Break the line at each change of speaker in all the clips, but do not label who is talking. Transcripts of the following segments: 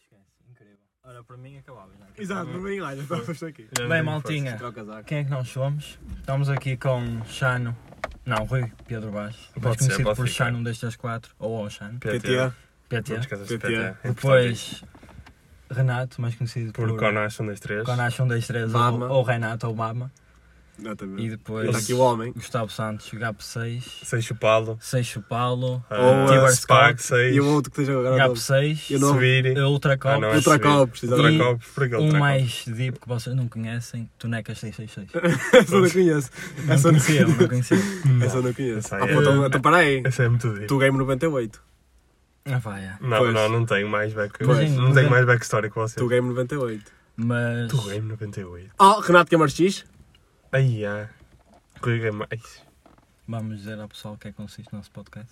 esquece. Incrível. Ora, para mim acabava já.
Exato, não vem lá, já estávamos aqui.
Bem, maltinha,
Troca casaco.
quem é que nós somos? Estamos aqui com Chano. Não, Rui Pedro Baixo. Mais
Pode ser,
conhecido
pode
por
ficar.
Chano 1, 2, 3, 4 ou O Chano.
PTA.
PT.
Não te esqueças de
PTA.
PTA. É importante.
Depois, Renato, mais conhecido por,
Por Conash 1, 2, 3.
Conash 1, 2, 3
Bama.
ou, ou Renato ou Bama. E
Exatamente.
depois,
Está tá aqui o homem.
Gustavo Santos, GAP 6,
Sem chupá-lo.
Seixo Paulo,
Ah,
Tiber Spark,
Spark 6.
E o outro que esteja agora.
GAP
novo.
6,
Eu não-
Subir.
Ultra
Ah,
Cop,
não, é
Ultra
subir.
Copos,
Ultra
E
exatamente.
Copos, por aquele
um
Ultra
mais deep que vocês não conhecem, Tonecas 666.
Essa eu não conheço. Essa eu não
conheciam, não
conheço.
conheciam.
Essa eu não conheço.
Essa
Ah,
aí
pô,
é-
então- então para aí.
Copos. Esse é muito dito.
Tu game 98.
Ah, vai, é.
Não,
Pois.
não, não tenho mais back.
Pois.
Não tenho mais backstory que você.
Tu game 98.
Mas.
Tu game 98.
Oh, Renato Gamar X.
Ai, ah. Rui Game. Ai,
Vamos dizer ao pessoal o que é que consiste o nosso podcast.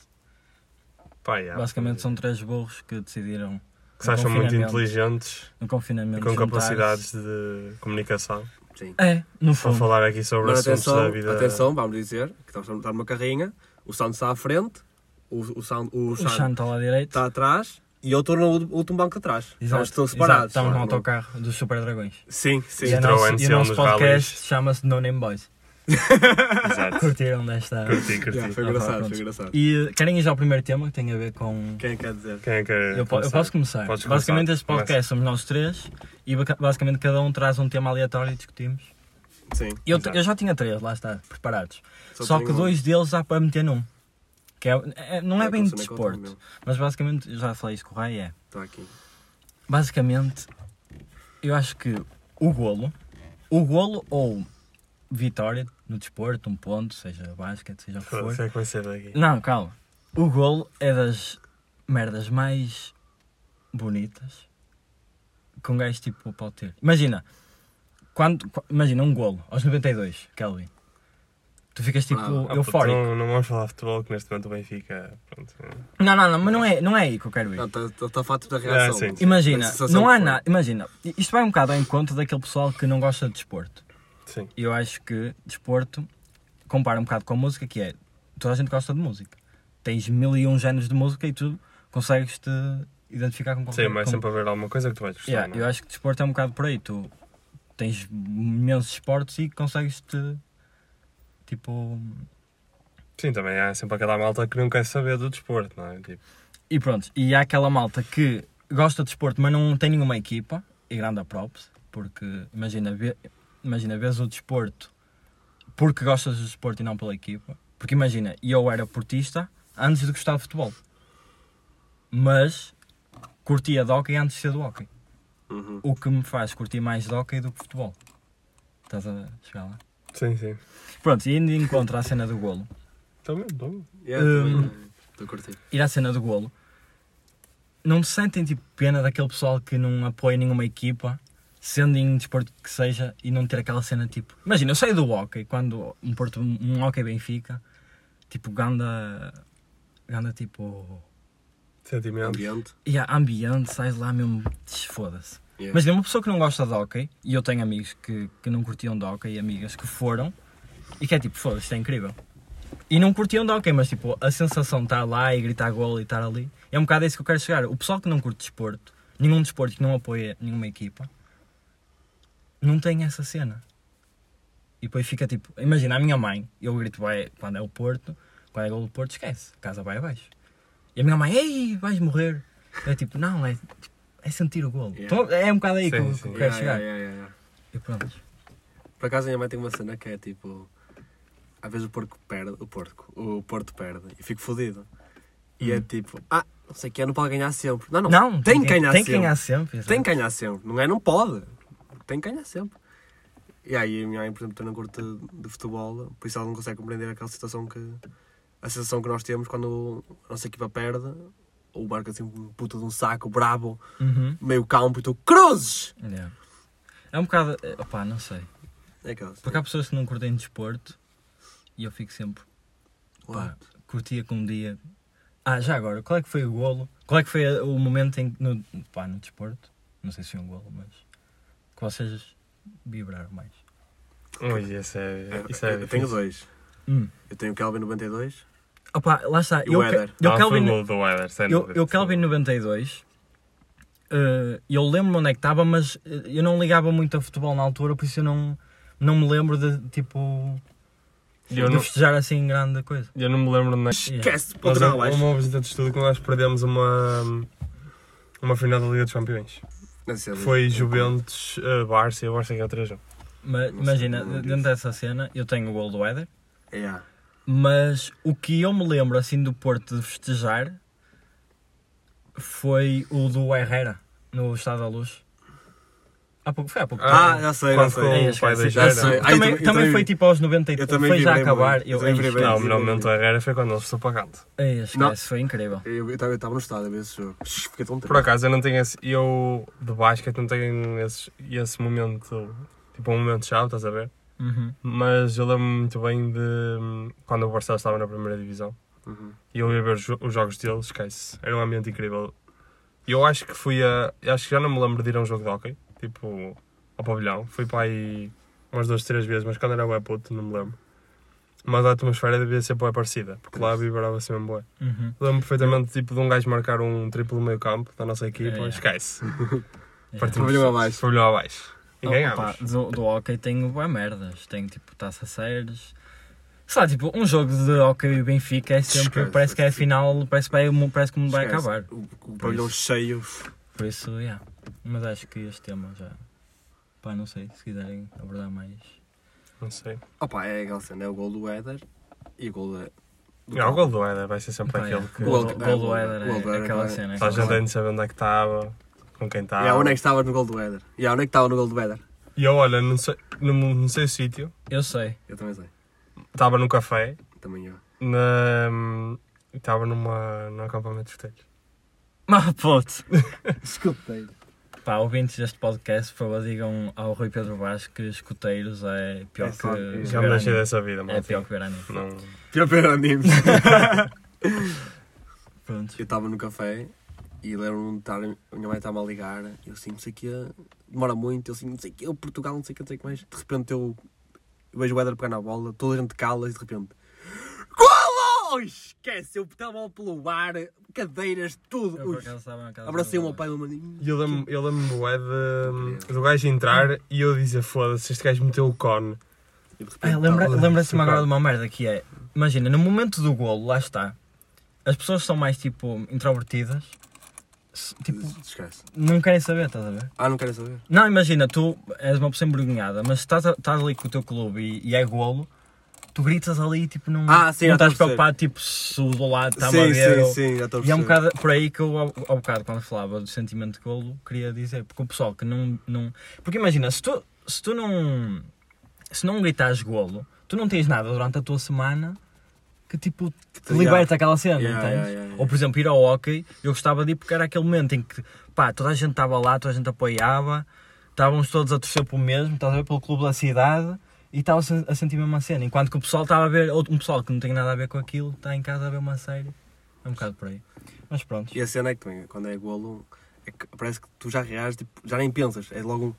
pá, já.
Basicamente são três burros que decidiram
Que se acham muito
confinamento.
inteligentes
no confinamento.
e com
juntar-se.
capacidades de comunicação.
É, no
Para
fundo.
falar aqui sobre
Mas
assuntos da
atenção,
vida.
atenção, vamos dizer que estamos a montar uma carrinha. O Santos está à frente. O, o, sound, o,
O Xan
Santos
está lá direito.
está atrás. E eu estou no último banco de trás.
Exato,
Nós estamos
exato.
separados.
Estamos no
Não-
autocarro dos Super Dragões.
Sim, sim.
E, o
Entrou
nosso,
antes
e o
de um
nosso
dos rallies.
podcast chama-se No Name Boys.
Exato.
Curtiram desta.
Curti, curti.
Yeah, foi
Ah,
engraçado,
pronto.
foi engraçado.
E eh, querem ir já ao primeiro tema que tem a ver com.
Quem quer dizer?
Quem é que.
Eu, po- eu posso começar.
Podes começar.
basicamente, este podcast somos nós três e baca- basicamente cada um traz um tema aleatório e discutimos.
Sim.
Eu,
Exato.
eu já tinha três, lá está, preparados. Só,
tenho
que
um.
dois deles dá para meter num. Que é, é- não é
Ah,
bem
com
de
o Seneca eu tenho
desporto,
meu.
mas basicamente, eu já falei isso com o Ray, é.
Está aqui.
Basicamente, eu acho que o golo, o golo ou vitória no desporto, um ponto, seja basquete, seja o que for.
Foda-se, é que vai ser daqui.
Não, calma. O golo é das merdas mais bonitas que um gajo tipo pode ter. Imagina, quando, qu- imagina um golo aos 92, Kelvin. Tu ficas tipo
Bravo.
Ah, puto,
eufórico.
Não, não vamos falar de futebol, que neste momento o Benfica. Pronto. é.
Não, não, não, mas não é, não é aí que eu quero ir.
Não, está tá, tá fato da reação.
sim, sim.
É, Imagina,
A sensação
não
que
há
foi.
nada. Imagina, isto vai um bocado ao encontro daquele pessoal que não gosta de desporto.
Sim.
Eu acho que desporto compara um bocado com a música, que é toda a gente gosta de música. Tens mil e um géneros de música e tu consegues te identificar com qualquer
Sim, mas é
com-
sempre haver alguma coisa que tu vais gostar.
Yeah,
não é?
eu acho que desporto é um bocado por aí. Tu tens imensos esportes e consegues-te tipo.
Sim, também há sempre aquela malta que não quer saber do desporto, não é? Tipo,
E pronto, e há aquela malta que gosta de desporto, mas não tem nenhuma equipa, e grande a props, porque imagina, vê- imagina vês o desporto porque gostas do desporto e não pela equipa. Porque imagina, eu era portista antes de gostar de futebol, mas curtia de hockey antes de ser do hockey.
Uhum.
O que me faz curtir mais de hockey do que futebol. Estás a chegar lá?
sim, sim.
Pronto, e ainda encontra a cena do golo.
Também, também.
Yeah,
Hum.
também, Estou a curtir.
Ir à cena do golo. Não te sentem tipo pena daquele pessoal que não apoia nenhuma equipa, sendo em desporto que seja, e não ter aquela cena tipo. Imagina, eu saio do hockey quando um, Porto, um hockey Benfica, tipo, ganda. ganda tipo.
Sentimento.
Ambiente.
E há ambiente, sais lá mesmo, foda-se.
Yeah.
Mas uma pessoa que não gosta de hockey, e eu tenho amigos que, que não curtiam de hockey e amigas que foram, e que é tipo, foda-se, isto é incrível. E não curtiam de hockey, mas tipo, a sensação de estar lá e gritar gol e estar ali, é um bocado a isso que eu quero chegar. O pessoal que não curte desporto, nenhum desporto que não apoia nenhuma equipa, não tem essa cena. E depois fica tipo, imagina a minha mãe, eu grito vai quando é o Porto, quando é gol do Porto, esquece, a casa vai abaixo. E a minha mãe, ei, vais morrer. É tipo, não, é, é sentir o golo.
Yeah.
Então, É um bocado aí que
Sim,
eu, que
sim.
eu quero
Yeah,
chegar.
yeah, yeah, yeah, yeah.
E pronto.
Por acaso a minha mãe tem uma cena que é tipo. Às vezes o porco perde, o porco, o Porto perde e fico fodido. E é tipo, ah, não sei o que é, não pode ganhar sempre. Não, não,
Hum. Não,
tem que ganhar
tem que
sempre.
ganhar sempre.
Tem
exato.
que ganhar sempre, não é? Não pode. Tem que ganhar sempre. E aí a minha mãe, por exemplo, eu não curto de futebol, por isso ela não consegue compreender aquela situação que. a sensação que nós temos quando a nossa equipa perde, ou marca assim um puta de um saco brabo,
Uhum.
meio campo e tu cruzes!
Yeah. É um bocado, eh, opá, não sei.
É aquela.
Porque há pessoas que não curtem desporto e eu fico sempre, pá, curtia que um dia. Ah, já agora, qual é que foi o golo? Qual é que foi o momento em que. No, pá, no desporto? Não sei se foi um golo, mas. que vocês vibraram mais.
Ui, isso é. Isso é
Eu tenho dois.
Hum.
Eu tenho o Kelvin 92.
Opá, lá está.
E o
Eu,
Éder?
um
eu, Kelvin,
do Weather, sem
eu,
dúvida.
eu Kelvin 92 eh, eu lembro-me onde é que estava, mas eh, eu não ligava muito a futebol na altura, por isso eu não, não me lembro de, tipo,
Eu
de
não,
festejar assim grande coisa.
eu não me lembro nem.
Esquece,
Nós, um
ponto abaixo.
uma visita de estudo que nós perdemos uma, uma final da Liga dos Campeões.
Não sei,
Foi Juventus, eh, Barça e a um. Barça ganhou 3
Mas,
Não sei,
imagina,
não lembro
dentro dessa cena, eu tenho o gol do Éder,
Yeah.
mas o que eu me lembro assim do Porto de festejar foi o do Herrera, no Estado da Luz. Há pouco, foi há pouco tempo.
Ah, já sei, já
Quando
sei.
ficou
É,
o pai
esquece,
da
já
sei.
Gera.
Ah, eu
também,
também- eu
também
também-
foi tipo aos 90 e
eu
pouco,
também
foi já a
vibrei
acabar.
muito.
Eu,
Eu também
ei,
vibrei.
Não, o
esquece,
melhor momento da Herrera foi quando ele se apagando.
ei, esquece,
Não.
foi incrível.
Eu estava no estado a ver esse jogo. Fiquei tão
Por acaso, eu não tenho esse. Eu, de basquete, não tenho esse, esse momento. Tipo, um momento chave, estás a ver?
Uhum.
Mas eu lembro-me muito bem de hum, quando o Barcelona estava na primeira divisão
Uhum.
e eu ia ver os jo- os jogos dele, esquece. Era um ambiente incrível. E Eu acho que fui a. eu Acho que já não me lembro de ir a um jogo de hockey, tipo, ao pavilhão. Fui para aí umas duas, três vezes, mas quando era bué puto, não me lembro. Mas a atmosfera devia ser bué parecida, porque lá vibrava-se mesmo bué.
Uhum.
Lembro-me perfeitamente tipo, de um gajo marcar um triplo no meio campo da nossa equipa,
É, é.
esquece.
É.
Partimos-
Pavilhão abaixo.
Pavilhão abaixo. E
Oh,
ganhámos.
pá, do, do hockey tenho boas merdas. Tenho tipo taça séries. Sei lá, tipo, um jogo de hockey e Benfica é sempre.
Esquece.
parece que é a final, parece, que vai- parece que me vai acabar.
O, o pavilhão cheio.
Por isso, yeah. Mas acho que este tema já. Pá, não sei, se quiserem abordar mais.
Não sei.
Opa, é aquela cena. É o gol do Éder e o gol da. do
É, o
Paulo.
gol do Eda vai ser sempre
Pá,
aquele
yeah.
que.
O gol
O
do-
gol-
gol do
é, o
Éder
gol do
é
Éder
aquela
vai-
cena.
Só a
aquela
gente
cena.
tem de saber onde é que estava, com quem estava.
E yeah, onde é que estavas no gol do Éder? E yeah, onde é que estava no gol do Éder?
E eu, olha, não sei, não, não sei o sítio,
Eu sei.
Eu também sei.
estava num café,
Também eu.
na, estava numa, num acampamento de escoteiros.
Mas, puto.
Escutei.
Pá, ouvintes deste podcast, por favor, digam ao Rui Pedro Vaz que escuteiros é pior
É
que.
só-
Já me deixei
Guarani.
dessa vida, mano.
É pior que Guarani.
Não,
Pior para animes.
Pronto.
Eu estava no café e lembro-me de estar, a minha mãe estava a ligar, eu assim, não sei o quê, demora muito, eu assim, não sei o quê, eu Portugal, não sei o quê, não sei o que mais. De repente eu vejo o Éder pegar na bola, toda a gente cala e de repente... Golo! Esquece, eu botei a bola pelo ar, cadeiras, tudo.
Eu por
Ui,
acaso estava na casa
abracei o
do
meu pai e o meu maninho.
E eu lembro- eu lembro-me bué de- do gajo entrar e eu dizer, foda-se, este gajo meteu o cone.
E de repente,
Ah, lembra-
Tá,
Lembra-se-me
super.
agora de uma merda que é. Imagina, no momento do golo, lá está. As pessoas são mais tipo introvertidas. s- Tipo,
Esquece.
não querem saber, estás a ver?
Ah, não querem saber?
Não, imagina, tu és uma pessoa embrulhada, mas estás, a- estás ali com o teu clube e, e é golo, tu gritas ali e tipo não,
Ah, sim,
não
já estou a
estás preocupado tipo, se o do lado está a
sim,
ver. ou-
sim, sim, já estou a
Tá E é um
perceber.
bocado por aí que eu, ao, ao bocado, quando falava do sentimento de golo, queria dizer, porque o pessoal que não. não porque imagina, se tu, se tu não. Se não gritares golo, tu não tens nada durante a tua semana que tipo te
te-
liberta aquela cena,
Yeah,
entendes?
yeah, yeah, yeah.
Ou por exemplo, ir ao hockey, eu gostava de ir porque era aquele momento em que pá, toda a gente estava lá, toda a gente apoiava, estávamos todos a torcer pelo mesmo, estás a ver pelo clube da cidade. E estava a sentir a mesma cena, enquanto que o pessoal estava a ver, outro- um pessoal que não tem nada a ver com aquilo, está em casa a ver uma série. É um bocado por aí. Mas pronto.
E a cena é que também, quando é golo, é que parece que tu já reages, tipo, já nem pensas, é logo um...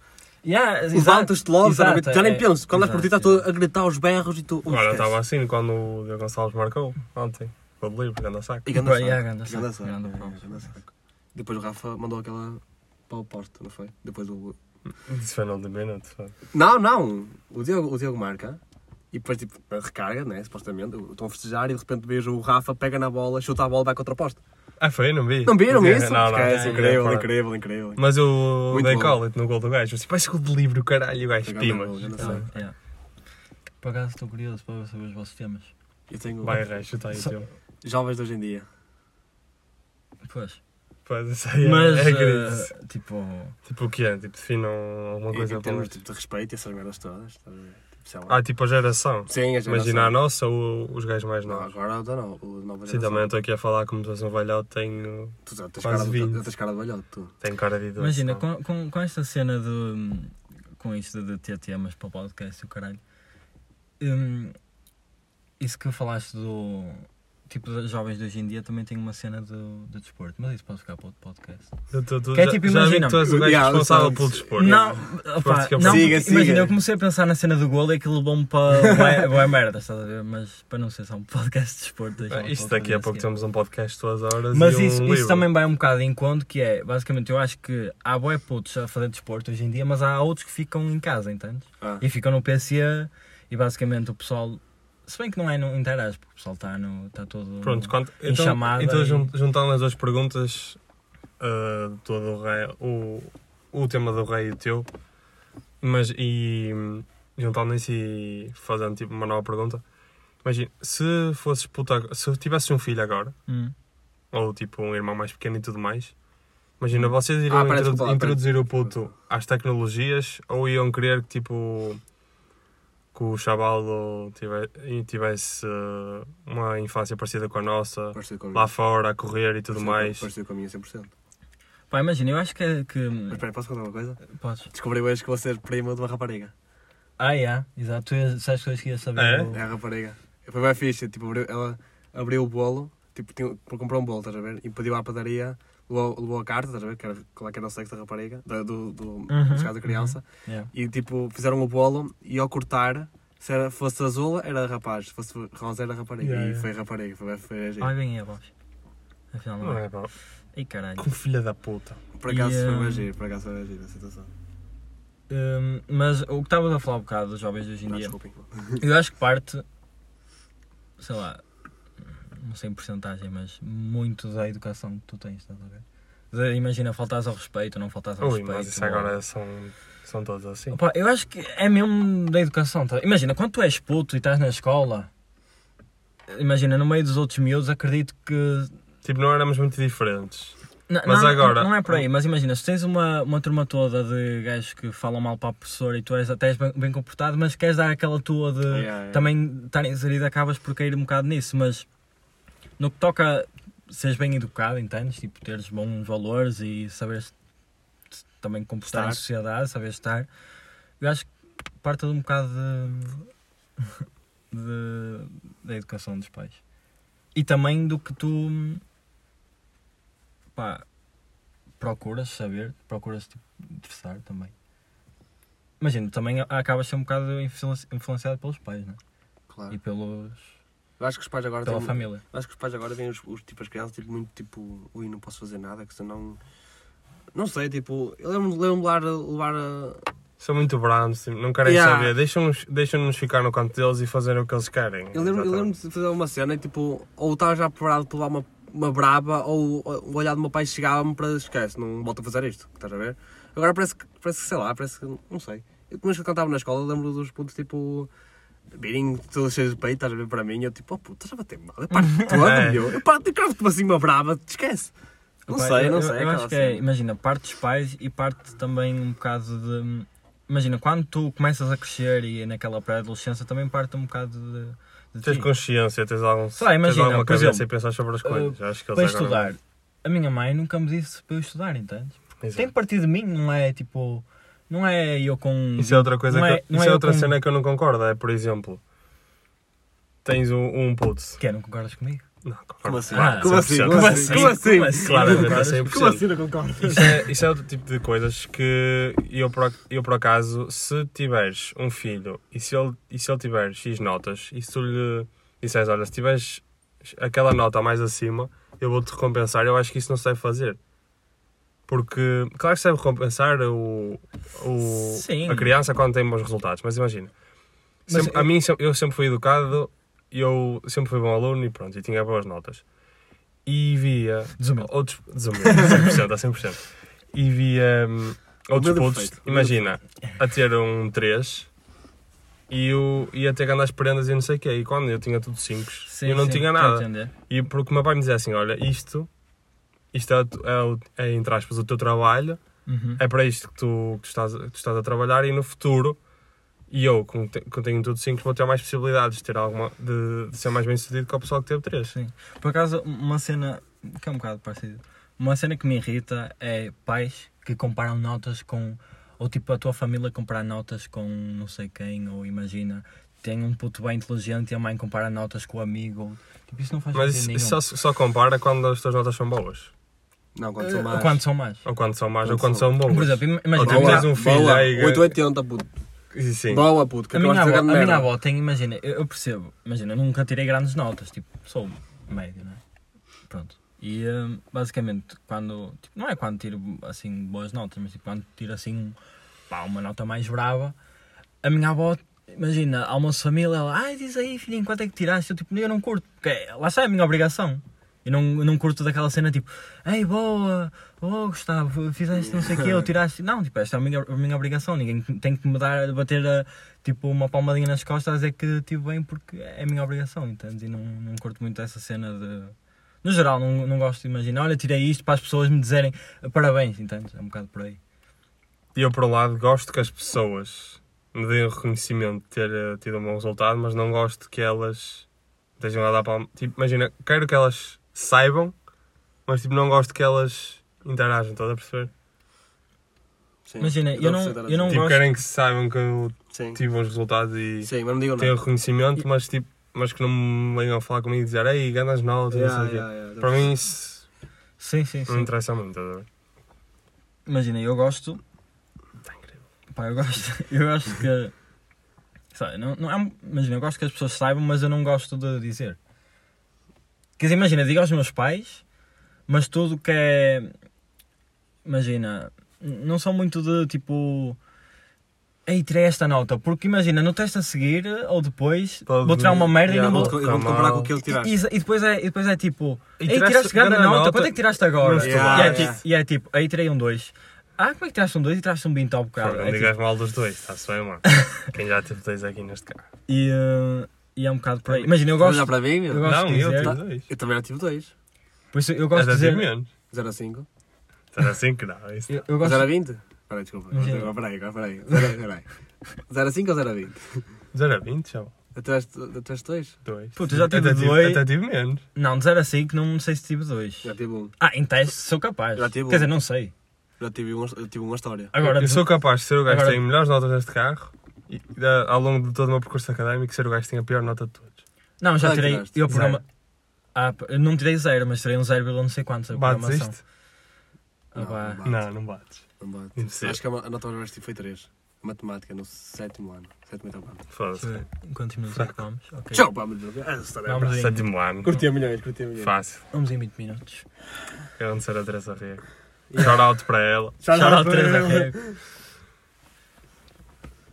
Yeah, exato.
Levantas-te logo,
Exato,
sabe? já nem
é-
penso. Quando estás por ti,
exato,
estás todo a gritar os berros e tu. Ui,
Agora
esquece.
estava assim quando o Diogo Gonçalves marcou, ontem. Ficou de livre, ganda saco.
E ganda
Bro,
saco,
yeah, é, ganda saco,
ganda saco,
ganda
yeah,
saco.
ganda saco. Depois o Rafa mandou aquela para o posto, não foi? Depois o.
Isso foi no último minuto. foi.
Não, não! O Diogo, o Diogo marca e depois tipo, recarga, né? Supostamente. Estão a festejar e de repente vejo o Rafa, pega na bola, chuta a bola e vai contra o posto.
Ah, foi? Não vi.
Não viram
vi.
isso?
Não, não.
Esquece,
não,
incrível,
não.
incrível, incrível.
Mas eu
Muito
dei
bom.
call-it no gol do gajo. Eu disse, vai ser gol de livre, o caralho. E o gajo,
Foi ganda
timas.
gol, ganda
Ah,
saco.
yeah. Por acaso estou curioso para saber os vossos temas.
Eu tenho
Vai, Reis, chuta aí,
Só-
teu.
jovens de hoje em dia.
Pois.
Pois, isso aí é-
Mas,
é
eh,
crise.
tipo,
Tipo o que é? Tipo, definam alguma
Em
coisa
em
para
termos
nós.
tipo, de respeito e essas merdas todas. estás a ver? Tipo, sei lá.
Ah, tipo a geração.
Sim, a geração.
Imagina a nossa ou os gajos mais
Não,
novos?
agora da no- o da nova
Sim,
geração.
também estou aqui a falar como se fosse um velhote, tenho,
Tu já tens
Quase
cara, de-
20.
já tens cara de velhote, tu.
tenho cara de idoso.
imagina,
não?
com, com, com esta cena de. com isto de ter temas para o podcast e o caralho. hum, isso que falaste do. tipo, dos jovens de hoje em dia também tem uma cena do, do desporto, mas isso pode ficar para outro podcast.
Eu tô- tô-
Que é
já-
tipo,
já vi
imagina-
que tu és o gajo
Yeah,
responsável
sabes.
pelo desporto.
Não, opá,
Porque eu-
não
Siga,
porque, imagina,
siga.
eu comecei a pensar na cena do golo e aquilo levou-me para boa merda, estás a ver? Mas para não ser só um podcast de desporto, deixa
Ah,
lá
Isto
para
daqui a
fazer
pouco
seguir.
temos um podcast todas as horas.
é. Mas
e um
isso,
livro.
isso também vai um bocado em conta, que é, basicamente, eu acho que há boé putos a fazer desporto hoje em dia, mas há outros que ficam em casa, entendes?
Ah.
E ficam no PC e basicamente o pessoal, se bem que não é, não interage, porque o pessoal está no, está todo...
Pronto, quanto,
Em
então,
chamada
então
e-
jun- juntando as duas perguntas, ah, todo o, rei, o, o tema do rei e o teu, mas e hum, juntando isso e fazendo tipo uma nova pergunta, imagina, se fosses puta, se tivesse um filho agora,
Hum.
ou tipo um irmão mais pequeno e tudo mais,
Hum.
imagina, vocês iriam
Ah, pera,
introdu-
desculpa lá, pera.
introduzir o puto às tecnologias ou iam querer que tipo que o chavalo tive- tivesse, eh, uma infância parecida com a nossa,
Parecido com a
lá
minha.
fora, a correr e tudo
Parecido-
mais.
Parecido com a minha 100%.
Pá, imagina, eu acho que... que...
É.
Mas espera, posso contar uma coisa?
Podes.
Descobri hoje que vou ser primo de uma rapariga.
Ah, yeah, exato, tu ias- sabes que eu acho que ia saber...
É?
o-
É a rapariga. Foi bem fixe, tipo, abriu- ela abriu o bolo, tipo, tinha, para comprar um bolo, estás a ver? E pediu à padaria, levou, levou a carta, estás a ver? Que era, qual é que era o sexo da rapariga, da- do, do,
Uhum,
neste caso da criança.
Yeah.
E tipo, fizeram o bolo e ao cortar, se era, fosse azul era rapaz, se fosse rosa era rapariga.
Yeah,
e
yeah.
foi rapariga, foi, foi agir.
Olha bem aí a voz. Afinal não
Não
é.
é, bro.
Ei caralho.
Como filha da puta.
Por acaso
e,
foi
hum,
bem agir, por acaso foi bem agir a situação.
Hum, mas o que estavas a falar um bocado dos jovens de hoje em
Não,
dia,
desculpem.
eu acho que parte, sei lá, não sei em porcentagem, mas muito da educação que tu tens, estás a ver? De, imagina, faltares ao respeito, não faltares ao
Ui,
respeito.
mas isso
ou-
agora são, são todos assim.
Opa, eu acho que é mesmo da educação. tá? Imagina, quando tu és puto e estás na escola, imagina, no meio dos outros miúdos, acredito que
Tipo, não éramos muito diferentes.
Não,
Mas
não,
agora-
Não é por aí, mas imagina, se tens uma, uma turma toda de gajos que falam mal para a professora e tu és até és bem, bem comportado, mas queres dar aquela tua de
Yeah, yeah.
também estar inserido, acabas por cair um bocado nisso, mas no que toca a seres bem educado, entendes? Tipo, teres bons valores e saberes te- também comportar
Estar.
em sociedade, saber estar. Eu acho que parte de um bocado de, de- da educação dos pais. E também do que tu pá, procuras saber, procuras tipo, interessar também. Imagina, também a- acabas de ser um bocado influenci- influenciado pelos pais, né? E
Claro.
pelos,
Eu acho que os pais agora
pela
têm,
família.
Eu Acho que os pais agora veem os, os, tipo, as crianças tipo, muito tipo, ui, não posso fazer nada, que senão. Não sei, tipo, eu lembro-me lembro levar, levar a.
São muito brandos, tipo, não querem
Yeah.
saber. Deixam-nos deixam ficar no canto deles e fazer o que eles querem.
É,
Eu lembro- eu lembro-me
Exatamente.
de fazer uma cena e tipo, ou estava já preparado para levar uma, uma braba, ou o olhar do meu pai chegava-me para esquece, não volto a fazer isto, estás a ver? Agora parece que, parece que sei lá, parece que. Não sei. Eu, mas quando estava na escola, eu lembro dos pontos tipo. Virem todos cheios de peito, estás a ver para mim? e Eu tipo, oh puto, estás a bater mal, eu paro todo,
É.
meu. Eu paro, eu cravo-te assim uma braba, te esquece. Não
Opa,
sei,
eu-
não
eu-
sei. assim.
Eu
aquela
acho que é,
cena.
imagina, parte dos pais e parte também um bocado de. Imagina, quando tu começas a crescer e naquela pré-adolescência também parte um bocado de. de
Tens
ti.
consciência, tens, algum,
Sei lá,
tens
imagina,
alguma
por
cabeça
exemplo,
e pensar sobre as coisas. Acho que eles
para
agora- é?
estudar. A minha mãe nunca me disse para eu estudar, entendes?
Exato.
Tem de partir de mim, não é tipo. Não é eu com.
Isso é outra coisa
Não
que,
é- não
isso
é
é
eu
outra
com-
cena que eu não concordo, é por exemplo, tens um, um puto.
Que é, não concordas comigo?
Não, concordo.
Como assim?
Ah,
como, assim? como assim? Como assim?
Como assim?
Claramente,
Não
é
concordas?
100%.
Como assim não concordo?
Isso é, isso é outro tipo de coisas que eu por, ac- eu por acaso, se tiveres um filho e se ele, e se ele tiver X notas, e se tu lhe disseres, olha, se tiveres aquela nota mais acima, eu vou-te recompensar, eu acho que isso não se deve fazer. Porque, claro que se deve recompensar o, o-
Sim.
a criança quando tem bons resultados, mas imagina,
Mas
sempre-
eu-
a mim, se- eu sempre fui educado, eu sempre fui bom aluno e pronto, e tinha boas notas. E via
Desumilde.
outros. Desumilde, 100%, a 100%. E via hum, outros
Humilde
putos,
perfeito, humilde
imagina, a ter um 3 e, o, e a ter que andar as prendas e não sei o quê. E quando eu tinha tudo 5,
Sim,
eu não
sim,
tinha
estou a
nada.
entender.
E porque o meu pai me dizia assim: olha, isto, isto é, o tu- é, o- é, entre aspas, o teu trabalho,
Uhum.
é para isto que tu, que tu estás, que tu estás a trabalhar e no futuro. E eu, como te- como tenho tudo 5, vou ter mais possibilidades de, ter alguma, de, de ser mais bem sucedido que o pessoal que teve 3.
Sim. Por acaso, uma cena que é um bocado parecida. Uma cena que me irrita é pais que comparam notas com. Ou tipo a tua família comparar notas com não sei quem, ou imagina, tem um puto bem inteligente e a mãe compara notas com o amigo. ou- Tipo, isso não faz
Mas
sentido
isso,
nenhum.
isso só, só compara quando as tuas notas são boas.
Não, quando
Eh,
são mais.
Quando são mais.
Ou quando são más, ou
Quando
quando
são-
são bons.
Por exemplo, im-
Ou
imagina,
tu
a minha-
tens um filho
bola,
aí.
880, puto.
Sim.
Bola, puto. Que
eh, a minha
acabaste de
avó,
jogar
a
de
minha
merda.
avó tem, imagina, eu, eu percebo, imagina, eu nunca tirei grandes notas, tipo, sou médio, não é? Pronto. E hum, basicamente, quando, tipo, não é quando tiro assim boas notas, mas tipo, quando tiro assim pá, uma nota mais brava, a minha avó, imagina, almoço de família, ela, ai, diz aí, filhinho, quanto é que tiraste? Eu, tipo, eu não curto, porque é- lá está, é a minha obrigação. Eu não, eu não curto daquela cena tipo, ei, boa, oh Gustavo, fizeste não sei o quê, ou tiraste. Não, tipo, esta é a minha, a minha obrigação, ninguém tem que me dar, bater a, tipo, uma palmadinha nas costas a dizer que estive bem porque é a minha obrigação, entendes? E não, não curto muito essa cena de. No geral, não, não gosto de imaginar, olha, tirei isto para as pessoas me dizerem parabéns, entendes? É um bocado por aí.
E eu, por um lado, gosto que as pessoas me deem o reconhecimento de ter eh, tido um bom resultado, mas não gosto que elas estejam a dar palma. Tipo, imagina, quero que elas saibam, mas tipo, não gosto que elas interajam, estás a perceber?
Sim,
Imagina, eu
dou
não-
perfeitamente.
eu não-
tipo,
gosto.
querem que saibam que eu
Sim.
tive bons resultados e
Sim, mas não digam
tenho
nada.
reconhecimento, mas tipo, mas que não me venham a falar comigo e dizer, ei, ganhas notas,
Yeah,
não sei o
yeah, yeah,
quê. Para mim isso
Sim, sim,
não me
sim.
interessa muito, estás a ver?
Imagina, eu gosto
Está incrível.
Pá, eu gosto, eu gosto que. Sabe, não, não é, imagina, eu gosto que as pessoas saibam, mas eu não gosto de dizer. Quer dizer, imagina, digo aos meus pais, mas tudo que é. Imagina, n- não são muito de tipo. Ei, tirei esta nota, porque imagina, no teste a seguir ou depois
Pode-
vou tirar uma merda
Yeah,
e não
Eu
vou.
vou-te
Calma.
comparar com o que ele tiraste.
E, e- e depois é, e depois é tipo.
E
Ei,
tiraste
tiraste grande
grande
nota,
nota,
quanto é que tiraste agora?
mas
E
tu
é,
vais.
tipo- e é tipo, aí tirei um 2. Ah, como é que tiraste um 2 e tiraste um 20 ao bocado?
Não
É, tipo,
digas mal dos dois, está-se bem, mano. Quem já teve dois aqui neste carro.
E, eh, e é um bocado por aí. Imagina, eu
Estás a olhar
gosto.
para mim,
Eu
meu?
gosto
Não,
de
eu
dizer-
tive dois.
Eu também já tive dois.
Por isso eu gosto
Mas
de
tive
dizer.
menos.
0 a 5.
Era assim que não, isso
Eu, eu
0 a
gosto,
20? Peraí, desculpa.
Imagina.
Agora peraí, agora peraí. 0 a 5 ou 0 a 20?
não. Era 20, já.
Até dois?
Dois.
Puta, eu já tive
até
dois.
Tive, até tive menos.
não, de 0 a 5, não sei se tive 2.
Já tive um.
Ah, em teste sou capaz.
Já tive um.
Quer dizer, não sei.
Já tive, um, eu tive uma história.
Agora,
eu
de-
sou capaz de ser o gajo
Agora-
que tem melhores notas neste carro e, da- ao longo de todo o meu percurso académico, ser o gajo que tem a pior nota de todos.
não, já
Qual é que
tirei.
tiraste?
Eu programa. Ah, p- eu não tirei 0, mas tirei um 0, não sei quantos. a
Bates
programação.
isto?
Ah, pá.
Não,
Não, não bates.
Não bate.
Impossível.
Acho que a ma- a nota mais baixa foi 3. Matemática, no sétimo ano. Sétimo e ano.
Foda-se.
Sim. Quantos minutos é que vamos? Ok. Ah,
Tchau, pá, meu Deus. Essa história é
Vamos
brava.
aí.
Sétimo um ano.
Curti a milhões, curti a milhões.
Fácil.
Vamos em 20 minutos.
Eu não ser a Teresa Rego. Shout out para ela.
Já
Shout
não-
out Teresa Rego.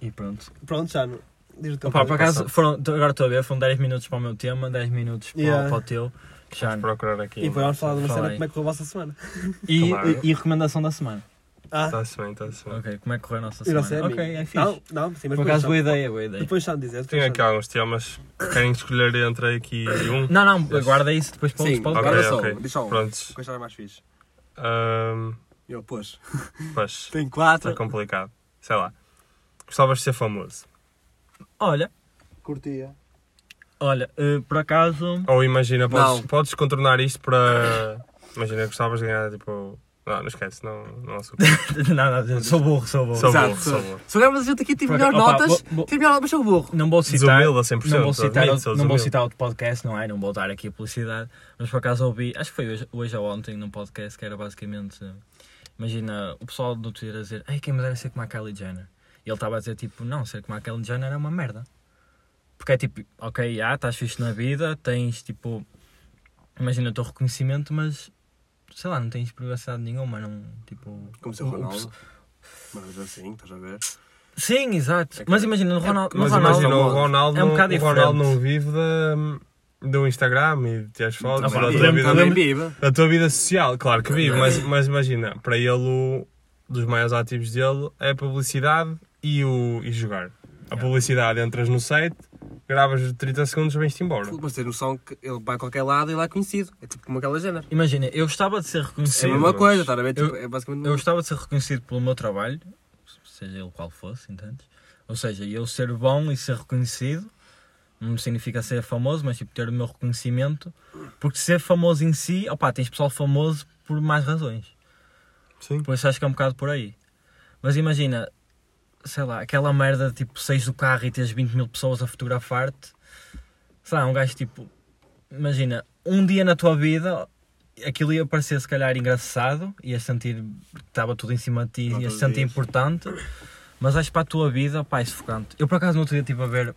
E pronto.
Pronto, já. não- Diz o teu
Opa, Então, por
pai.
acaso, foram, agora estou a ver, foram 10 minutos para o meu tema, 10 minutos para, o-
Yeah.
para o teu. Já não-
Procurar aqui.
E depois vamos falar de uma
Fala
cena
aí.
como é que foi a vossa semana.
E,
Claro.
e- e recomendação da semana.
Ah,
Está-se bem, está-se bem.
Ok, como é que correu a nossa
e não
semana?
sei.
ok,
amigo.
é fixe.
Não, não, sim, mas
Por
depois
acaso,
já-
boa ideia, boa ideia.
Depois já me dizes.
Tenho aqui alguns temas. Querem escolher entre aqui um?
Não, não,
Yes.
guarda isso depois um para
Sim,
outros podcasts.
guarda só.
Ok, ok.
Deixa só um.
Prontos.
Coisa mais fixe.
Ahm,
Eu, pois.
pois,
Tenho
está
quatro.
complicado. Sei lá. Gostavas de ser famoso?
Olha,
Curtia.
olha, eh, por acaso.
Ou imagina, podes,
Não.
podes contornar isto para. Imagina, gostavas de ganhar tipo. Não, não esquece, não, não açúcar.
não, não, sou burro, sou burro.
Sou
Exato.
burro, sou burro.
Se assim, eu gravar gente aqui, tive
Por
melhor
acaso- opa,
notas.
vou- vou-
Tive melhor notas, mas sou burro.
Não vou citar.
Desumilde a 100%.
Não vou
sou
citar,
admito, sou
não vou
desumilde.
citar outro podcast, não é? Não vou dar aqui a publicidade, mas por acaso ouvi, acho que foi hoje, hoje ou ontem, num podcast que era basicamente. Imagina o pessoal do Twitter a dizer: Ei, quem me dera ser como a Kylie Jenner. E ele estava a dizer: Tipo, não, ser como a Kylie Jenner era uma merda. Porque é tipo, ok, já estás fixe na vida, tens tipo. Imagina o teu reconhecimento, mas sei lá, não tens privacidade nenhuma, não. Tipo.
Como se eu
o- o
Ronaldo.
pessoal-
Mas assim, estás a ver?
Sim, exato.
É que-
Mas imagina, no Ronaldo. no
Mas
Ronaldo-
imagina, o Ronaldo,
É um bocado
o Ronaldo
diferente.
não vive da- do Instagram e das
Ah,
fotos,
pá,
da
ele
tua
também
vida,
vive.
viva.
da tua vida social, claro que vive, mas, mas imagina, para ele, o- dos maiores ativos dele é a publicidade e, o, e jogar. A publicidade, entras no site, gravas 30 segundos e vens-te embora.
Mas tens noção que ele vai a qualquer lado e lá é conhecido. É tipo como aquela género.
Imagina, eu gostava de ser
É a
reconhecido.
Sim,
mesma
mas-
coisa, estás a ver?
Eu-
Tipo, É basicamente.
Eu gostava de ser reconhecido pelo meu trabalho, seja ele qual fosse, entendes? Ou seja, eu ser bom e ser reconhecido não significa ser famoso, mas tipo ter o meu reconhecimento, porque ser famoso em si, opá, tens pessoal famoso por mais razões.
Sim.
Por isso acho que é um bocado por aí. Mas imagina, sei lá, aquela merda de, tipo, saís do carro e tens 20 mil pessoas a fotografar-te. Sei lá, um gajo tipo. Imagina, um dia na tua vida aquilo ia parecer se calhar engraçado, ias sentir que estava tudo em cima de ti,
Não
ias
todos os
sentir
dias.
importante, mas acho que para a tua vida, pá, é sufocante. Eu por acaso no outro dia estive a ver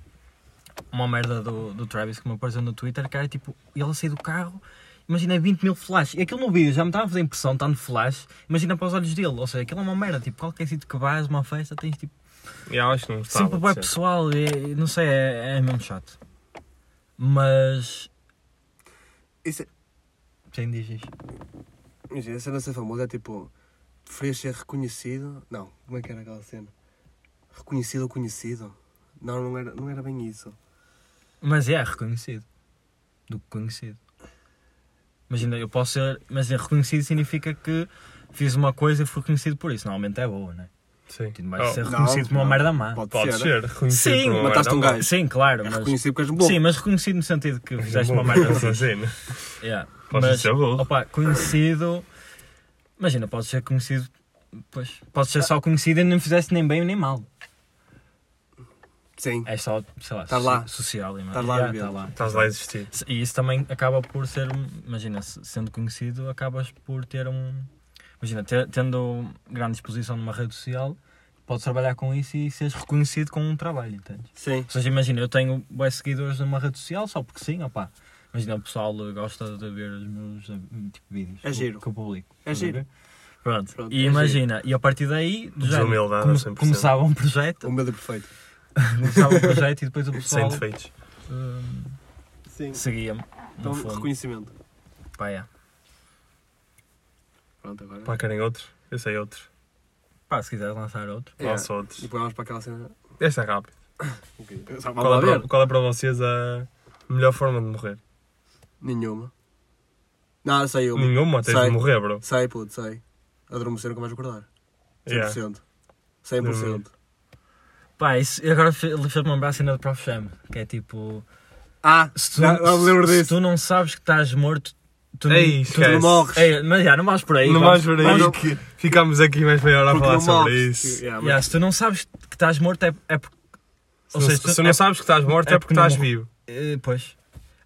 uma merda do, do Travis que me apareceu no Twitter, que era tipo, ele saiu do carro, imagina 20 mil flashes, e aquilo no vídeo já me estava a fazer impressão, tanto flash, imagina para os olhos dele, ou seja, aquilo é uma merda, tipo, qualquer sítio que vais, uma festa, tens tipo,
E eu acho que não estava.
sempre bem
de ser.
pessoal, e, e não sei, é, é mesmo chato. Mas,
Isso é-
quem diz isto?
Imagina, a cena de ser famoso é tipo. Preferias ser reconhecido. Não, como é que era aquela cena? Reconhecido ou conhecido? Não, não era, não era bem isso.
Mas é reconhecido. Do que conhecido. Imagina, eu posso ser. Mas é reconhecido significa que fiz uma coisa e fui reconhecido por isso. Normalmente é boa, né?
Sim.
Tu não vais
Oh,
ser reconhecido por uma
não.
merda má.
Pode,
Pode
ser.
ser, reconhecido.
Sim,
por uma
mataste
merda,
um gajo.
Sim, claro,
É
Ah, mas.
reconhecido porque és bom.
Sim, mas reconhecido no sentido que
mas-
fizeste uma merda assim.
Sim.
Yeah.
Podes
Mas,
ser bom.
opa, conhecido. Imagina, podes ser conhecido. Pois, podes ser só conhecido e não fizeste nem bem nem mal.
Sim.
É só, sei lá,
Estás Tá lá.
social. Estás
Estás lá a viver.
Estás lá.
Estás lá a existir.
E isso também acaba por ser, imagina, se- sendo conhecido, acabas por ter um. Imagina, te- tendo grande exposição numa rede social, podes trabalhar com isso e seres reconhecido com um trabalho, entende?
Sim.
Ou seja, imagina, eu tenho bué seguidores numa rede social só porque sim, opá. Imagina, o pessoal gosta de ver os meus tipo, vídeos
É giro.
que eu publico.
É
Estás a
giro.
ver? Pronto.
Pronto, é
e imagina, e a partir daí, do género,
Desumildade a
come-
100%.
começava um projeto,
O medo perfeito.
começava um projeto e depois o
Sem
um-
pessoal
defeitos.
hum,
Sim.
seguia-me.
Então,
No fundo.
reconhecimento.
Pá, é.
Pronto, agora.
Pá, querem outro? Eu sei outro.
Pá, se quiseres lançar outro.
É.
Lança
E
outros.
depois vamos para aquela cena.
Este é rápido.
Ok. Só vamos
Qual
lá
é,
ver.
para, qual é para vocês a melhor forma de morrer?
Nenhuma. Não, sei eu.
Hum.
Nenhuma, tens
Sei.
de morrer, bro.
Sei, puto, sei. Adormecer nunca mais acordar. 100%.
Yeah.
100%.
Pá, isso eu agora fe- ele fez-me lembrar a cena do Prof. Cham, que é tipo.
Ah,
Se tu,
já, já me lembro
se,
disso.
tu não sabes que estás morto, tu
Ei,
não. Tu,
esquece.
não morres.
Ei, mas já, não vais por aí.
Não
vamos-
vais por
vamos-
aí.
Mas
que Ficámos aqui mais meia hora a
Porque
falar
não
sobre
morres.
isso.
Yeah, mas-
Yeah, se tu não sabes que estás morto, é, é porque.
Se
Ou
não,
seja,
Ah, se
tu-
não
é-
sabes que estás morto é
é
porque
porque
estás
não
vivo.
eh, pois.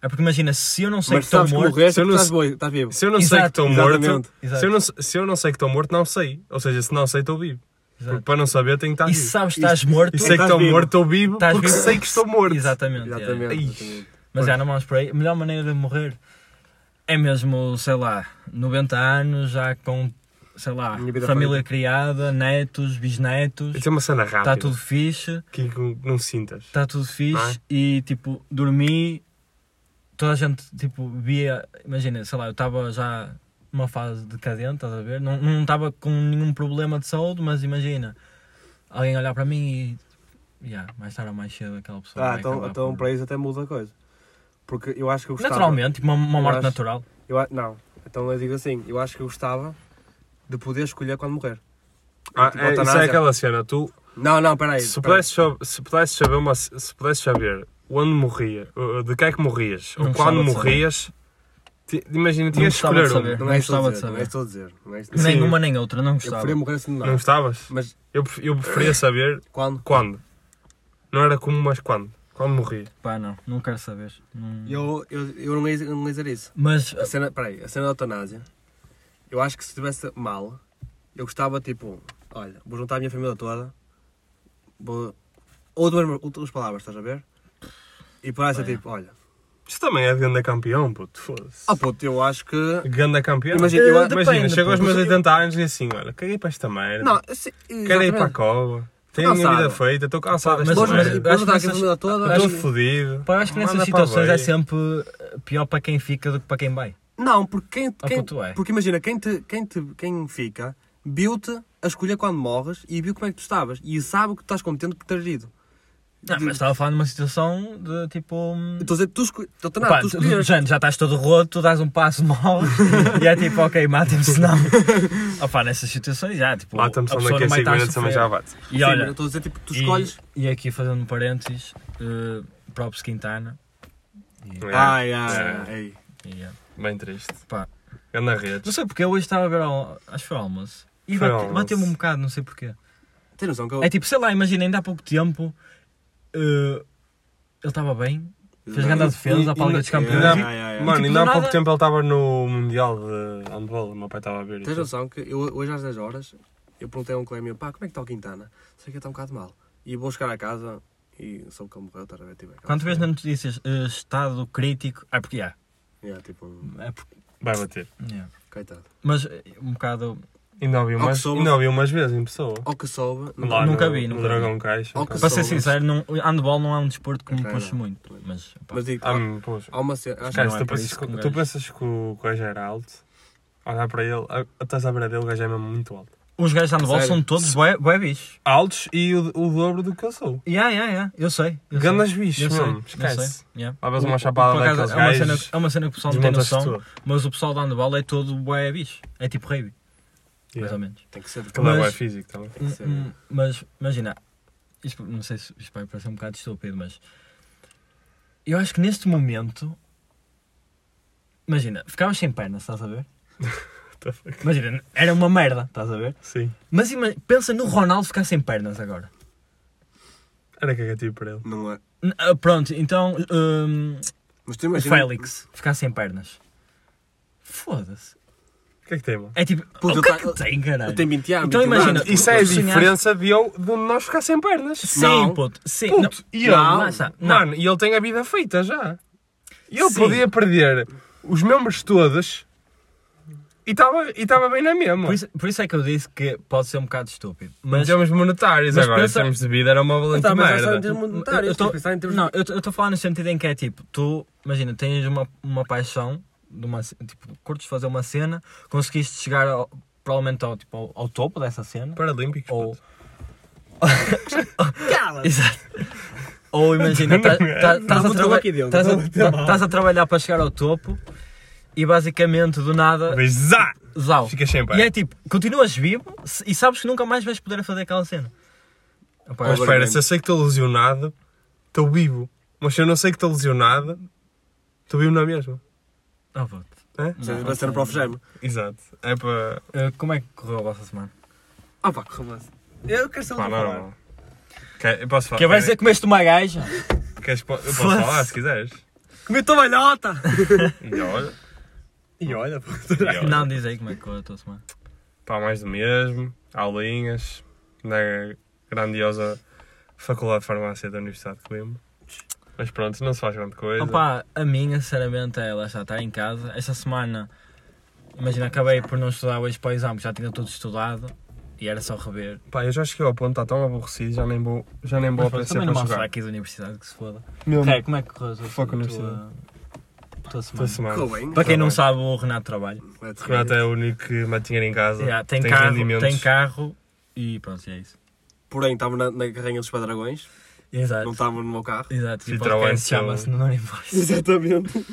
É porque imagina, se eu não sei
Mas
que estou
sabes que
morto.
morreste,
Se eu não
tu estás
se-
boi- estás vivo.
Se eu não sei que
Exato,
estou morto,
exatamente.
se eu, não, se eu não sei que estou morto, não sei. Ou seja, se não sei, estou vivo. Porque
exato.
para não saber, tenho que estar
E
vivo.
se sabes que estás morto.
E sei é que
Estás
estou
vivo.
morto, estou vivo,
Estás
porque
vivo.
sei que estou morto.
Exatamente. yeah, yeah.
Exatamente.
Ai.
exatamente.
Mas já não vamos por aí. A melhor maneira de morrer é mesmo, sei lá, 90 anos, já com, sei lá,
Minha vida
família
feita.
criada, netos, bisnetos,
Isso é uma cena rápida.
está Tá tudo fixe,
Que não- não sintas.
está tá tudo fixe
Não é?
e tipo, dormi, toda a gente tipo, via, imagina, sei lá, eu estava já numa fase decadente, estás a ver? Não não estava com nenhum problema de saúde, mas imagina, alguém olhar para mim e, yeah, mais tarde ou mais cedo aquela pessoa
Ah,
vai
então,
acabar
então
por-
para isso até muda a coisa. Porque eu acho que eu gostava.
Naturalmente, tipo, uma, uma
Eu
morte
acho-
natural.
Eu, a- não, então eu digo assim, eu acho que eu gostava de poder escolher quando morrer.
Ah,
Tipo,
é, isso é
eutanásia.
aquela cena. Tu,
Não, não, peraí.
se,
peraí.
pudesses, sab- se pudesses saber uma, se pudesses saber onde morria, uh, de que é que morrias, ou
Não
quando
gostava de
morrias, ti- imagina, tinhas de
gostava de
escolher um.
saber.
Não é isso que
Não
estou a
gostava
dizer,
de
não é isso que estou a dizer. Não é isso que estou a dizer.
Nem uma nem outra, não
Eu
gostava.
preferia morrer assim de
Não
nada.
gostavas?
Mas
Eu, pref- eu preferia saber
quando?
quando. Não era como, mas quando. Quando morria.
Pá, não, não quero saber. Não-
Eu, eu, eu não, ia, eu não ia dizer isso.
Mas,
A cena, peraí, a cena da eutanásia, eu acho que se estivesse mal, eu gostava tipo, olha, vou juntar a minha família toda, vou. Ou duas, ou duas palavras, estás a ver? E parece
Bem, é.
tipo, olha.
Isto também é de ganda campeão, puto. Foda-se.
Ah, puto, eu acho que.
Ganda campeão.
Imagina, eu-
Eh,
depende,
imagina, chego aos
puto.
meus 80 anos e assim, olha, caguei para esta merda.
Não, assim,
Quero ir para a
exatamente.
cova. Tenho a minha
cansado.
vida feita, estou cansado
Mas-
desta
Vou juntar-
mas-
merda.
vou
acho
juntar
que
aqui a
essas-
família toda.
acho
Estou
que-
fodido.
pá, eu acho que
Manda
nessas
para a
situações é
beira.
sempre eh, pior para quem fica do que para quem vai.
Não, porque quem,
Ah,
quem-
puto, é.
porque imagina, quem, te, quem, te, quem fica viu-te a escolher quando morres e viu como é que tu estavas e sabe que tu estás contente por teres ido.
Não, mas estava a falar numa situação de tipo. hum,
Estou a dizer, tu, escolhi tu,
pá,
tu
tu-
escolheres.
gente, já estás todo roto, tu dás um passo mal e é tipo, ok, matem-me se não. Opá, nessas situações já, tipo,
Lá estamos
a
só
pessoa não
daqui a
vai
5
estar a
minutos também
sofrer.
já bate.
E olha,
estou a dizer, tipo, tu
e-
escolhes.
e, aqui fazendo um parênteses, uh, próprio Quintana. E-
É.
Ai, ai, ai.
e, eh,
Bem triste.
Pá.
Ganda
Não
redes.
sei porque eu hoje estava a ver, ao- acho que foi ao almoço. E
Foi ao
bate- bateu-me
almoço.
um bocado, não sei porquê.
Tens noção que eu.
É tipo, sei lá, imagina, ainda há pouco tempo eh, ele estava bem Fez grande defesa,
E-
a Liga
e-
dos Campeões.
e-
e-
Mano,
tipo,
ainda
do
há pouco
nada-
tempo ele estava no Mundial de Handball, o meu pai estava a ver. e
Tens
tudo.
noção que eu, hoje às 10 horas eu perguntei a um colega meu, pá, como é que está o Quintana? Sei que está um bocado mal. E vou chegar a casa e soube que ele morreu, estás a ver? Tipo, aquela
Quando vês
cena.
nas notícias eh, estado crítico. É porque há.
Yeah, tipo, um-
É porque,
Vai bater.
é.
coitado.
Mas eh, um bocado.
Ainda ouvi
Ao que
umas,
soube-
ainda ouvi umas vezes em pessoa.
Ao que soube, não-
Lá
Nunca
no,
vi, nunca
no Dragão Caixa.
Ao que
Para
Caixa.
ser
Soube.
sincero, não, handball não é um desporto que me
Ok,
puxe
não.
muito. Mas, pá,
mas digo,
Ah,
há-
hum, poxa.
há uma cena. acho que-
Não
Esquece,
é
tu,
por
pensas,
isso que um
que, tu
gajo-
pensas que o que o gajo era alto, olhar para ele, a- estás à beira dele, o gajo é mesmo muito alto.
os gajos de handball
Sério?
são todos bué, bué bichos.
Altos e o, o dobro do que eu sou.
Yeah, yeah, yeah. Eu sei. Eu sei.
Gandas
Eu sei,
bichos,
eu
mano.
sei.
Esquece.
Yeah.
Lá vês uma
O-
chapada
por acaso,
daqueles
é uma, cena,
gajos,
é uma cena que o pessoal não tem
Desmontas-te
noção,
tu.
mas o pessoal de handball é todo bué bicho. É tipo rugby, mais
Yeah.
ou menos.
Tem que ser.
Aquilo é
Mas-
bué físico também.
Tem que ser.
Hum, hum, Mas imagina, isto, não sei se isto vai parecer um bocado estúpido, mas eu acho que neste momento. Imagina, ficavas sem pernas, estás a ver?
the fuck?
Imagina, era uma merda, estás a ver?
Sim.
Mas ima- pensa no Ronaldo ficar sem pernas agora.
Era cagativo para ele.
Não é.
N- ah, Pronto, então hum,
Mas tu
o
imagina.
Félix ficar sem pernas. Foda-se.
O que é que tem, mano?
É tipo,
Puta,
o que é
tá-
que tem, caralho?
Eu tenho 20 anos.
Então
21
imagina,
anos.
Isso é a
tu sonhaste-
diferença de eu de nós ficar sem pernas.
Sim,
Não.
puto. Sim,
Puto,
não.
e ele?
Não, lá está. Não.
Mano, e ele tem a vida feita já. E ele
Sim.
podia perder os membros todos e estava e estava bem na mesma.
Por, isso, por isso é que eu disse que pode ser um bocado estúpido.
Em
Mas
é
termos monetários,
mas
agora,
pensa-
em termos de vida, era uma valente
Tá, mas é só em
um
merda.
termos monetários.
Eu tô-
tens de pensar em termos-
Não, eu estou a falar no sentido em que é tipo, tu, imagina, tens uma, uma paixão, de uma, ce- tipo, curtes fazer uma cena, conseguiste chegar ao- provavelmente ao, tipo, ao, ao topo dessa cena,
Paralímpicos.
ou...
Cala!
Exato. Ou imagina, estás
Não,
a,
vou-te
traba-
aqui, Diogo,
tás a-
vou-te bater mal.
tás a trabalhar para chegar ao topo e basicamente do nada,
Mas zá!
zau.
Ficas sem
E
pernas.
é tipo, continuas vivo se- e sabes que nunca mais vais poder fazer aquela cena. Opa,
Agora
Mas espera,
mesmo.
se eu sei que estou lesionado, estou vivo. Mas se eu não sei que estou lesionado, estou vivo na mesma.
ah, puto.
É?
Isso é
Não,
Vai ser no Prof. Gema.
Exato. É para.
Eh, como é que correu a vossa semana?
Ah pá, correu bem. Eu quero saber.
Pá,
o que
não,
falar.
não. Quer- eu posso falar?
Que vai ser que comeste uma gaja?
Queres, po- eu posso falar se quiseres.
Comi tua malhota!
E olha.
E olha, pô.
e olha.
Não, diz aí como é que correu a tua semana.
Pá, mais do mesmo, aulinhas, na grandiosa Faculdade de Farmácia da Universidade de Coimbra. Mas pronto, não se faz grande coisa.
Opa, a minha, sinceramente, é lá está, estar em casa. Esta semana, imagina, acabei por não estudar hoje para o exame, já tinha tudo estudado e era só rever.
Pá, eu já cheguei ao ponto, está tão aborrecido, já nem vou, já nem vou
Mas
ao
pronto,
PC
também
para
não vamos falar
jogar.
aqui da universidade, que se foda.
Meu
Ré, como é que correu a tua,
Foco na
tua, tua
esta
semana?
semana.
Correu bem.
Para quem não
Trabalho.
sabe, o Renato trabalha.
Let's go.
Renato é o único que mantinha em casa.
Já, tem,
tem
carro,
rendimentos.
tem carro e pronto, é isso.
Porém, estava na, na carrinha dos padragões, não
Exato.
estava no meu carro.
tá- Exato, e o
Citroën
podcast
são-
chama-se Não Invoice.
Exatamente.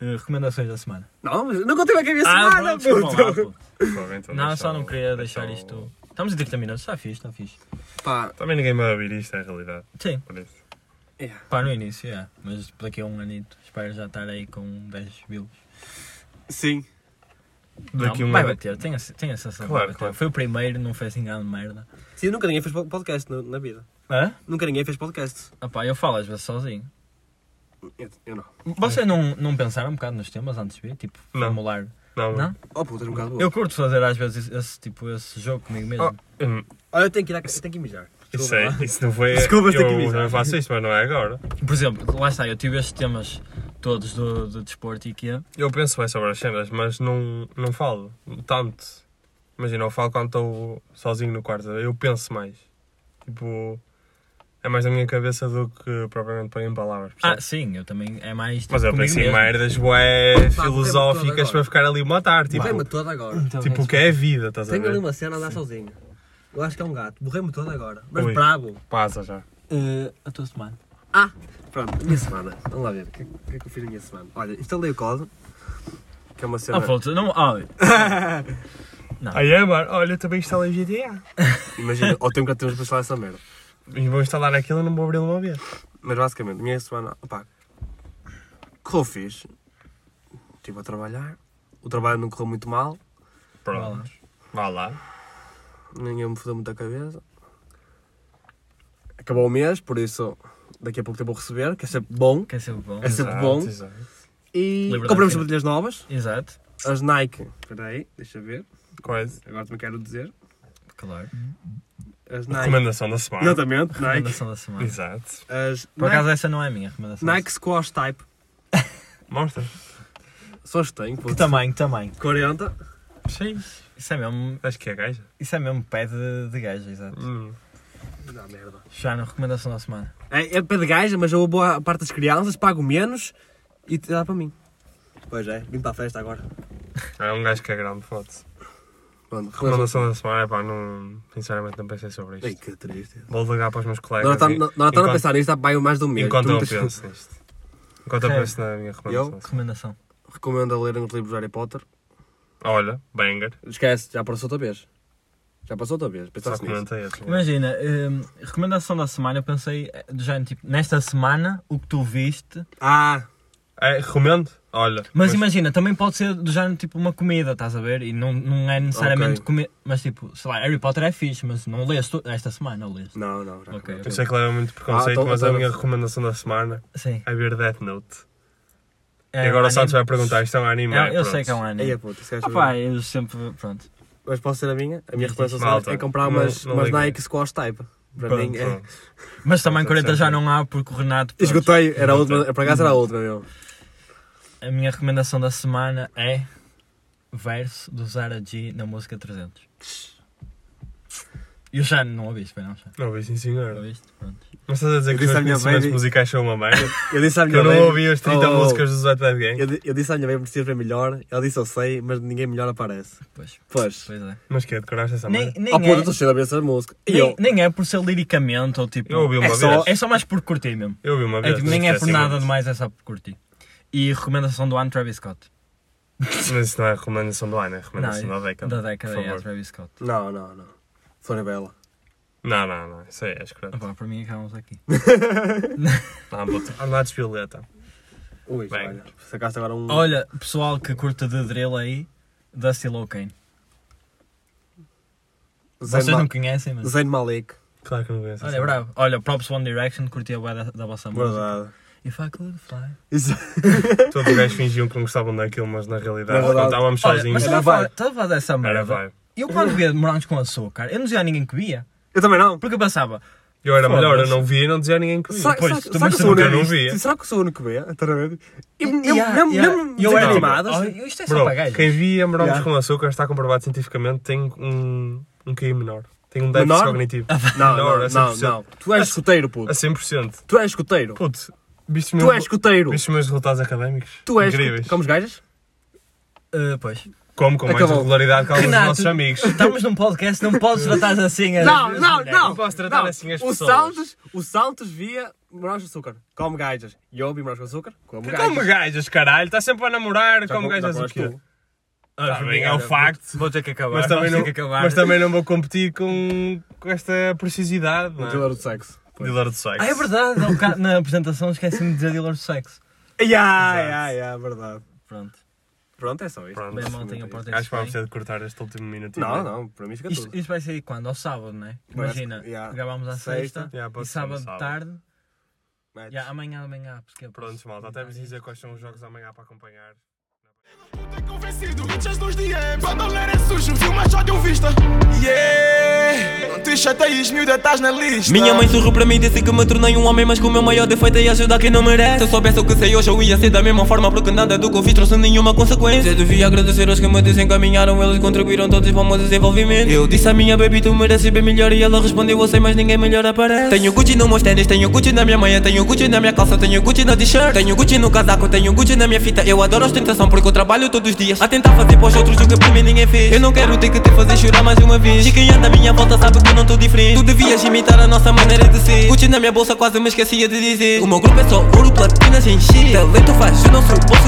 Eh, Recomendações da semana. Ah,
Não, mas não contei bem que a minha semana,
pronto, desculpa lá, pô.
puto.
Pô, então
Não,
deixa
só não
o-
queria
deixa
deixar
o-
isto. Estamos a 30 minutos, está fixe, está fixe.
Pá,
Também ninguém vai ouvir isto, é a realidade.
Sim,
Por isso.
é.
pá, no início, é. Mas daqui a um anito, espero já estar aí com 10 views.
Sim.
Daqui
não,
um
vai
ano-
bater, tenho a, tenho a sensação. de
Claro,
bater.
claro.
Foi o primeiro, não foi assim grande merda.
Sim, nunca ninguém fez po- podcast no- na vida.
Hã?
Nunca ninguém fez podcast.
Ah, pá, eu falo às vezes sozinho.
Eu, eu não.
Vocês não, não pensaram um bocado nos temas antes de ver? Tipo,
Não.
formular.
Não,
Não?
Oh, puto, és um bocado bom.
Eu curto fazer às vezes esse, tipo, esse jogo comigo mesmo.
Hum,
Olha, eu tenho que ir à casa, tenho que ir mijar.
Isso,
Desculpa
é,
lá.
isso não foi.
Desculpa, isto aqui
eu
mesmo.
não faço isto, mas não é agora.
Por exemplo, lá está, eu tive estes temas todos do, do desporto e que é.
Eu penso bem sobre as cenas, mas não, não falo tanto. Imagina, eu falo quando estou sozinho no quarto. Eu penso mais. Tipo, é mais na minha cabeça do que propriamente põe em palavras.
Ah,
percebes?
sim, eu também. É mais. Tipo,
mas eu
comigo
penso em
mesmo.
merdas bué
Pá, vou ter
filosóficas
agora.
para ficar ali uma tarde. Tipo,
Borrei-me todo agora.
Então,
tipo o
é-
que é a vida, estás a
Tenho ali
ver?
uma cena a andar sozinho. Eu acho que é um gato. Borrei-me todo agora. Mas
Ui.
brabo.
Passa já.
Eh, a tua semana.
Ah! Pronto, a minha semana. Vamos lá ver. O que, o que é que eu fiz na minha semana? Olha, instalei o código. Que é uma cena.
Ah, volta, não. Ah,
Aí é, mano. Olha, eu também instalei GTA.
Imagina, ao tempo que temos para instalar essa merda.
E vou instalar aquilo e não vou abri-lo uma vez.
Mas basicamente, minha semana, opá, o que eu fiz? Estive a trabalhar, o trabalho não correu muito mal,
Pronto. Vá lá.
ninguém me fodeu muito a cabeça. Acabou o mês, por isso daqui a pouco tempo vou receber, que é sempre bom.
Quer ser bom.
É sempre
Exato,
bom.
exato.
E
Liberdade financeira.
compramos sapatilhas novas.
Exato,
As Nike. Espera aí, deixa eu ver.
Quase.
Agora também quero dizer.
claro.
As
é
Nike.
Recomendação da semana.
Exatamente, Nike.
Recomendação da semana.
Exato.
As
é Por
Nike,
acaso essa não é a minha recomendação.
Nike Squash Type.
Mostra.
Só as tenho, pô.
Que tamanho, que tamanho.
40.
Sim.
Isso é mesmo,
Acho que é gaja.
isso é mesmo pé de, de gajo, exato.
Hum.
Dá merda.
Já na recomendação da semana.
É, é pé de gaja, mas eu vou à parte das crianças, pago menos e te dá para mim. Pois é, vim para a festa agora.
É um gajo que é grande, foda-se.
Pronto,
é. Recomendação da semana, pá, não, sinceramente não pensei sobre
Ei,
isto.
que triste.
Vou ligar para os meus colegas.
Nós
e-
estamos a
enquanto-
pensar nisto há bem mais de um mês.
Enquanto
Tu não
eu
tens- É.
penso nisto. Enquanto eu
Ok.
penso na minha recomendação.
Recomendação.
Recomendo a lerem os livros de Harry Potter.
Olha, banger.
Esquece, já passou outra vez. Já passou outra vez,
Só
pensaste nisso.
comentei esse.
Imagina, hum, recomendação da semana, eu pensei, eh, do género, tipo, nesta semana, o que tu viste.
Ah,
É, recomendo? Olha.
Mas imagina, também pode ser do género, tipo, uma comida, estás a ver? E não, não é necessariamente
Ok.
comida. Mas tipo, sei lá, Harry Potter é fixe, mas não lês tu- esta semana, ou lês?
não, não. Já
Ok.
Eu sei que leva muito preconceito,
Ah, então-
mas a
então-
minha recomendação da semana
Sim.
é ver Death Note.
É,
e agora o
anime.
Santos vai perguntar, isto é um anime?
É,
É,
eu
pronto.
sei que é um anime.
Aí é puta, esquece.
Ah pá, eu sempre. Pronto.
Mas posso ser a minha? A minha
Sim,
recomendação
malta,
é comprar
não-
umas,
não
umas
liguem.
Nike Squash Type. Para
Pronto,
mim é.
Pronto.
Mas também
Pode ser
40 já
sempre.
não há, porque o Renato. pronto,
Esgotei, era a última, para acaso era a última, meu.
A minha recomendação da semana é. Verso do Zara G na música 300. E o Jano não ouviste, foi não? Jano?
Não ouvi, sim
Não
senhor.
ouviste? Pronto.
Mas estás a dizer
Eu
que os
disse à
meus
minha
conhecimentos
baby-
musicais são uma merda?
Eu disse à
que
minha
eu
mãe.
não ouvi as 30
Oh, oh.
músicas dos White Bad Gang?
Eu, di- eu disse à minha mãe que preciso ver melhor, ela disse eu sei, mas ninguém melhor aparece. "Ah,
Pois,
Pois.
pois é.
Mas que é, decoraste essa
Nem,
merda?
nem,
Ao ponto de
é,
eu estou cheio a ver essa música. E eu,
nem, nem é por ser liricamente ou tipo.
Eu ouvi uma
É
vez.
só-
É só mais por curtir mesmo.
Eu ouvi uma
É,
vez.
tipo,
não
nem é por
esquece,
nada
mas- assim,
demais, é só por curtir. E recomendação do ano Travis Scott.
Mas isso não é recomendação do ano, é recomendação
Não,
da década.
Da década
por
é a
favor.
Travis Scott.
Não, não, não. Floribela.
Não, não, não. Isso aí é
Ah,
escroto.
pá, para mim acabamos aqui.
Não, puto. Andados Violeta.
Ui,
Bem.
olha. Sacaste agora um.
Olha, pessoal que curta de drill aí, Dusty Locane.
Zayn,
Vocês
Ma-
não conhecem, mas.
Zayn Malik.
Claro que não conheço.
Olha,
essa
bravo. Olha, props One Direction, curti a bué da, da vossa música.
Verdade.
If I could fly.
Isso.
merda. Todos os gajos fingiam que não gostavam daquilo, mas na realidade,
Na verdade-
quando estávamos
Olha, mas
sozinhos,
estás
Era
a falar-
vibe.
estás a falar dessa
era
merda.
vibe.
Eu quando via morangos com açúcar, eu não dizia a ninguém que via.
Eu também não.
Porque eu pensava,
Eu era
Foda-se.
melhor, eu não via e não dizia a ninguém que
Será,
via.
Pois,
será-
tu
será
mas
que eu sou o
também
único?
não via.
Será que eu sou o único que vê? Tá a ver? E
"Ya,
mesmo,
ya,
mesmo,
ya."
mesmo assim.
eu era
desenhos
tipo,
animados.
Oh, isto é só
Bro,
para gajos.
quem via morangos
Yeah.
com açúcar está comprovado cientificamente tem um, um QI menor. Tem um déficit
Menor?
cognitivo.
Ah,
Não,
Menor,
não,
a
não,
100%.
não. Tu és escoteiro, puto.
A 100%.
Tu és escoteiro.
Puto, viste os
Tu
meus-
és escoteiro.
viste os meus resultados académicos?
Tu és
Incríveis.
escoteiro. Comes gajas?
Ah, pois.
Como com mais
Acabou.
regularidade que alguns dos
Renato.
nossos amigos.
Estamos num podcast, não podes tratar assim as as mulheres.
não posso tratar assim as
o
pessoas.
Santos, o Santos via morangos com açúcar. Come gajas. E eu vi morangos com açúcar. Como gajas.
Como gajas, caralho, está sempre a namorar,
Já
como
co- já
gajas o
comes
quê?
tu.
Ah,
Tá bem,
obrigado.
é um facto.
Vou ter que acabar.
Mas
vou
também, não,
ter que acabar.
mas também não vou competir com, com esta precisidade. Não
O
é?
dealer do sexo.
Dealer de sexo.
Ah, é verdade, há bocado na apresentação esqueci-me de dizer dealer do sexo.
Ya, ya, ya, verdade.
Pronto.
Pronto, é só isto.
é Pronto.
Bem, mal tenho a porta
Acho que vamos
bem.
ter de cortar este último minuto. e
Não,
meio.
não, para mim fica
Isto,
tudo.
isto vai sair quando? Ao sábado, não é?
Parece-
Imagina,
yeah.
gravámos à
Sexta.
sexta,
Yeah, pode
e
ser no
sábado de
sábado.
tarde.
Metes.
Yeah, amanhã, amanhã. Porque é
Prontos, malta, até vos dizer quais são os jogos amanhã para acompanhar.
Puta convencido, hits nos DMs Bandoleiro é sujo, viu, mas só deu vista Yeah, Um não te chateias, miúda, estás na lista
Minha mãe sorriu pra mim e disse que me tornei um homem Mas que o meu maior defeito é ajudar quem não merece Se eu soubesse o que sei hoje eu ia ser da mesma forma Porque nada do que eu fiz trouxe nenhuma consequência Devia agradecer aos que me desencaminharam Eles contribuíram todos para o meu desenvolvimento Eu disse à minha baby tu mereces bem melhor E ela respondeu eu sei mas ninguém melhor aparece Tenho Gucci nos meus tênis, tenho Gucci na minha manhã Tenho Gucci na minha calça, tenho Gucci na t-shirt Tenho Gucci no casaco, tenho Gucci na minha fita Eu adoro ostentação porque eu trabalho todos os dias A tentar fazer para os outros o que para mim ninguém fez Eu não quero ter que te fazer chorar mais uma vez De quem anda à minha volta sabe que eu não tô diferente Tu devias imitar a nossa maneira de ser Gucci na minha bolsa quase me esquecia de dizer O meu grupo é só ouro, platina, gente Talento faz o nosso bolso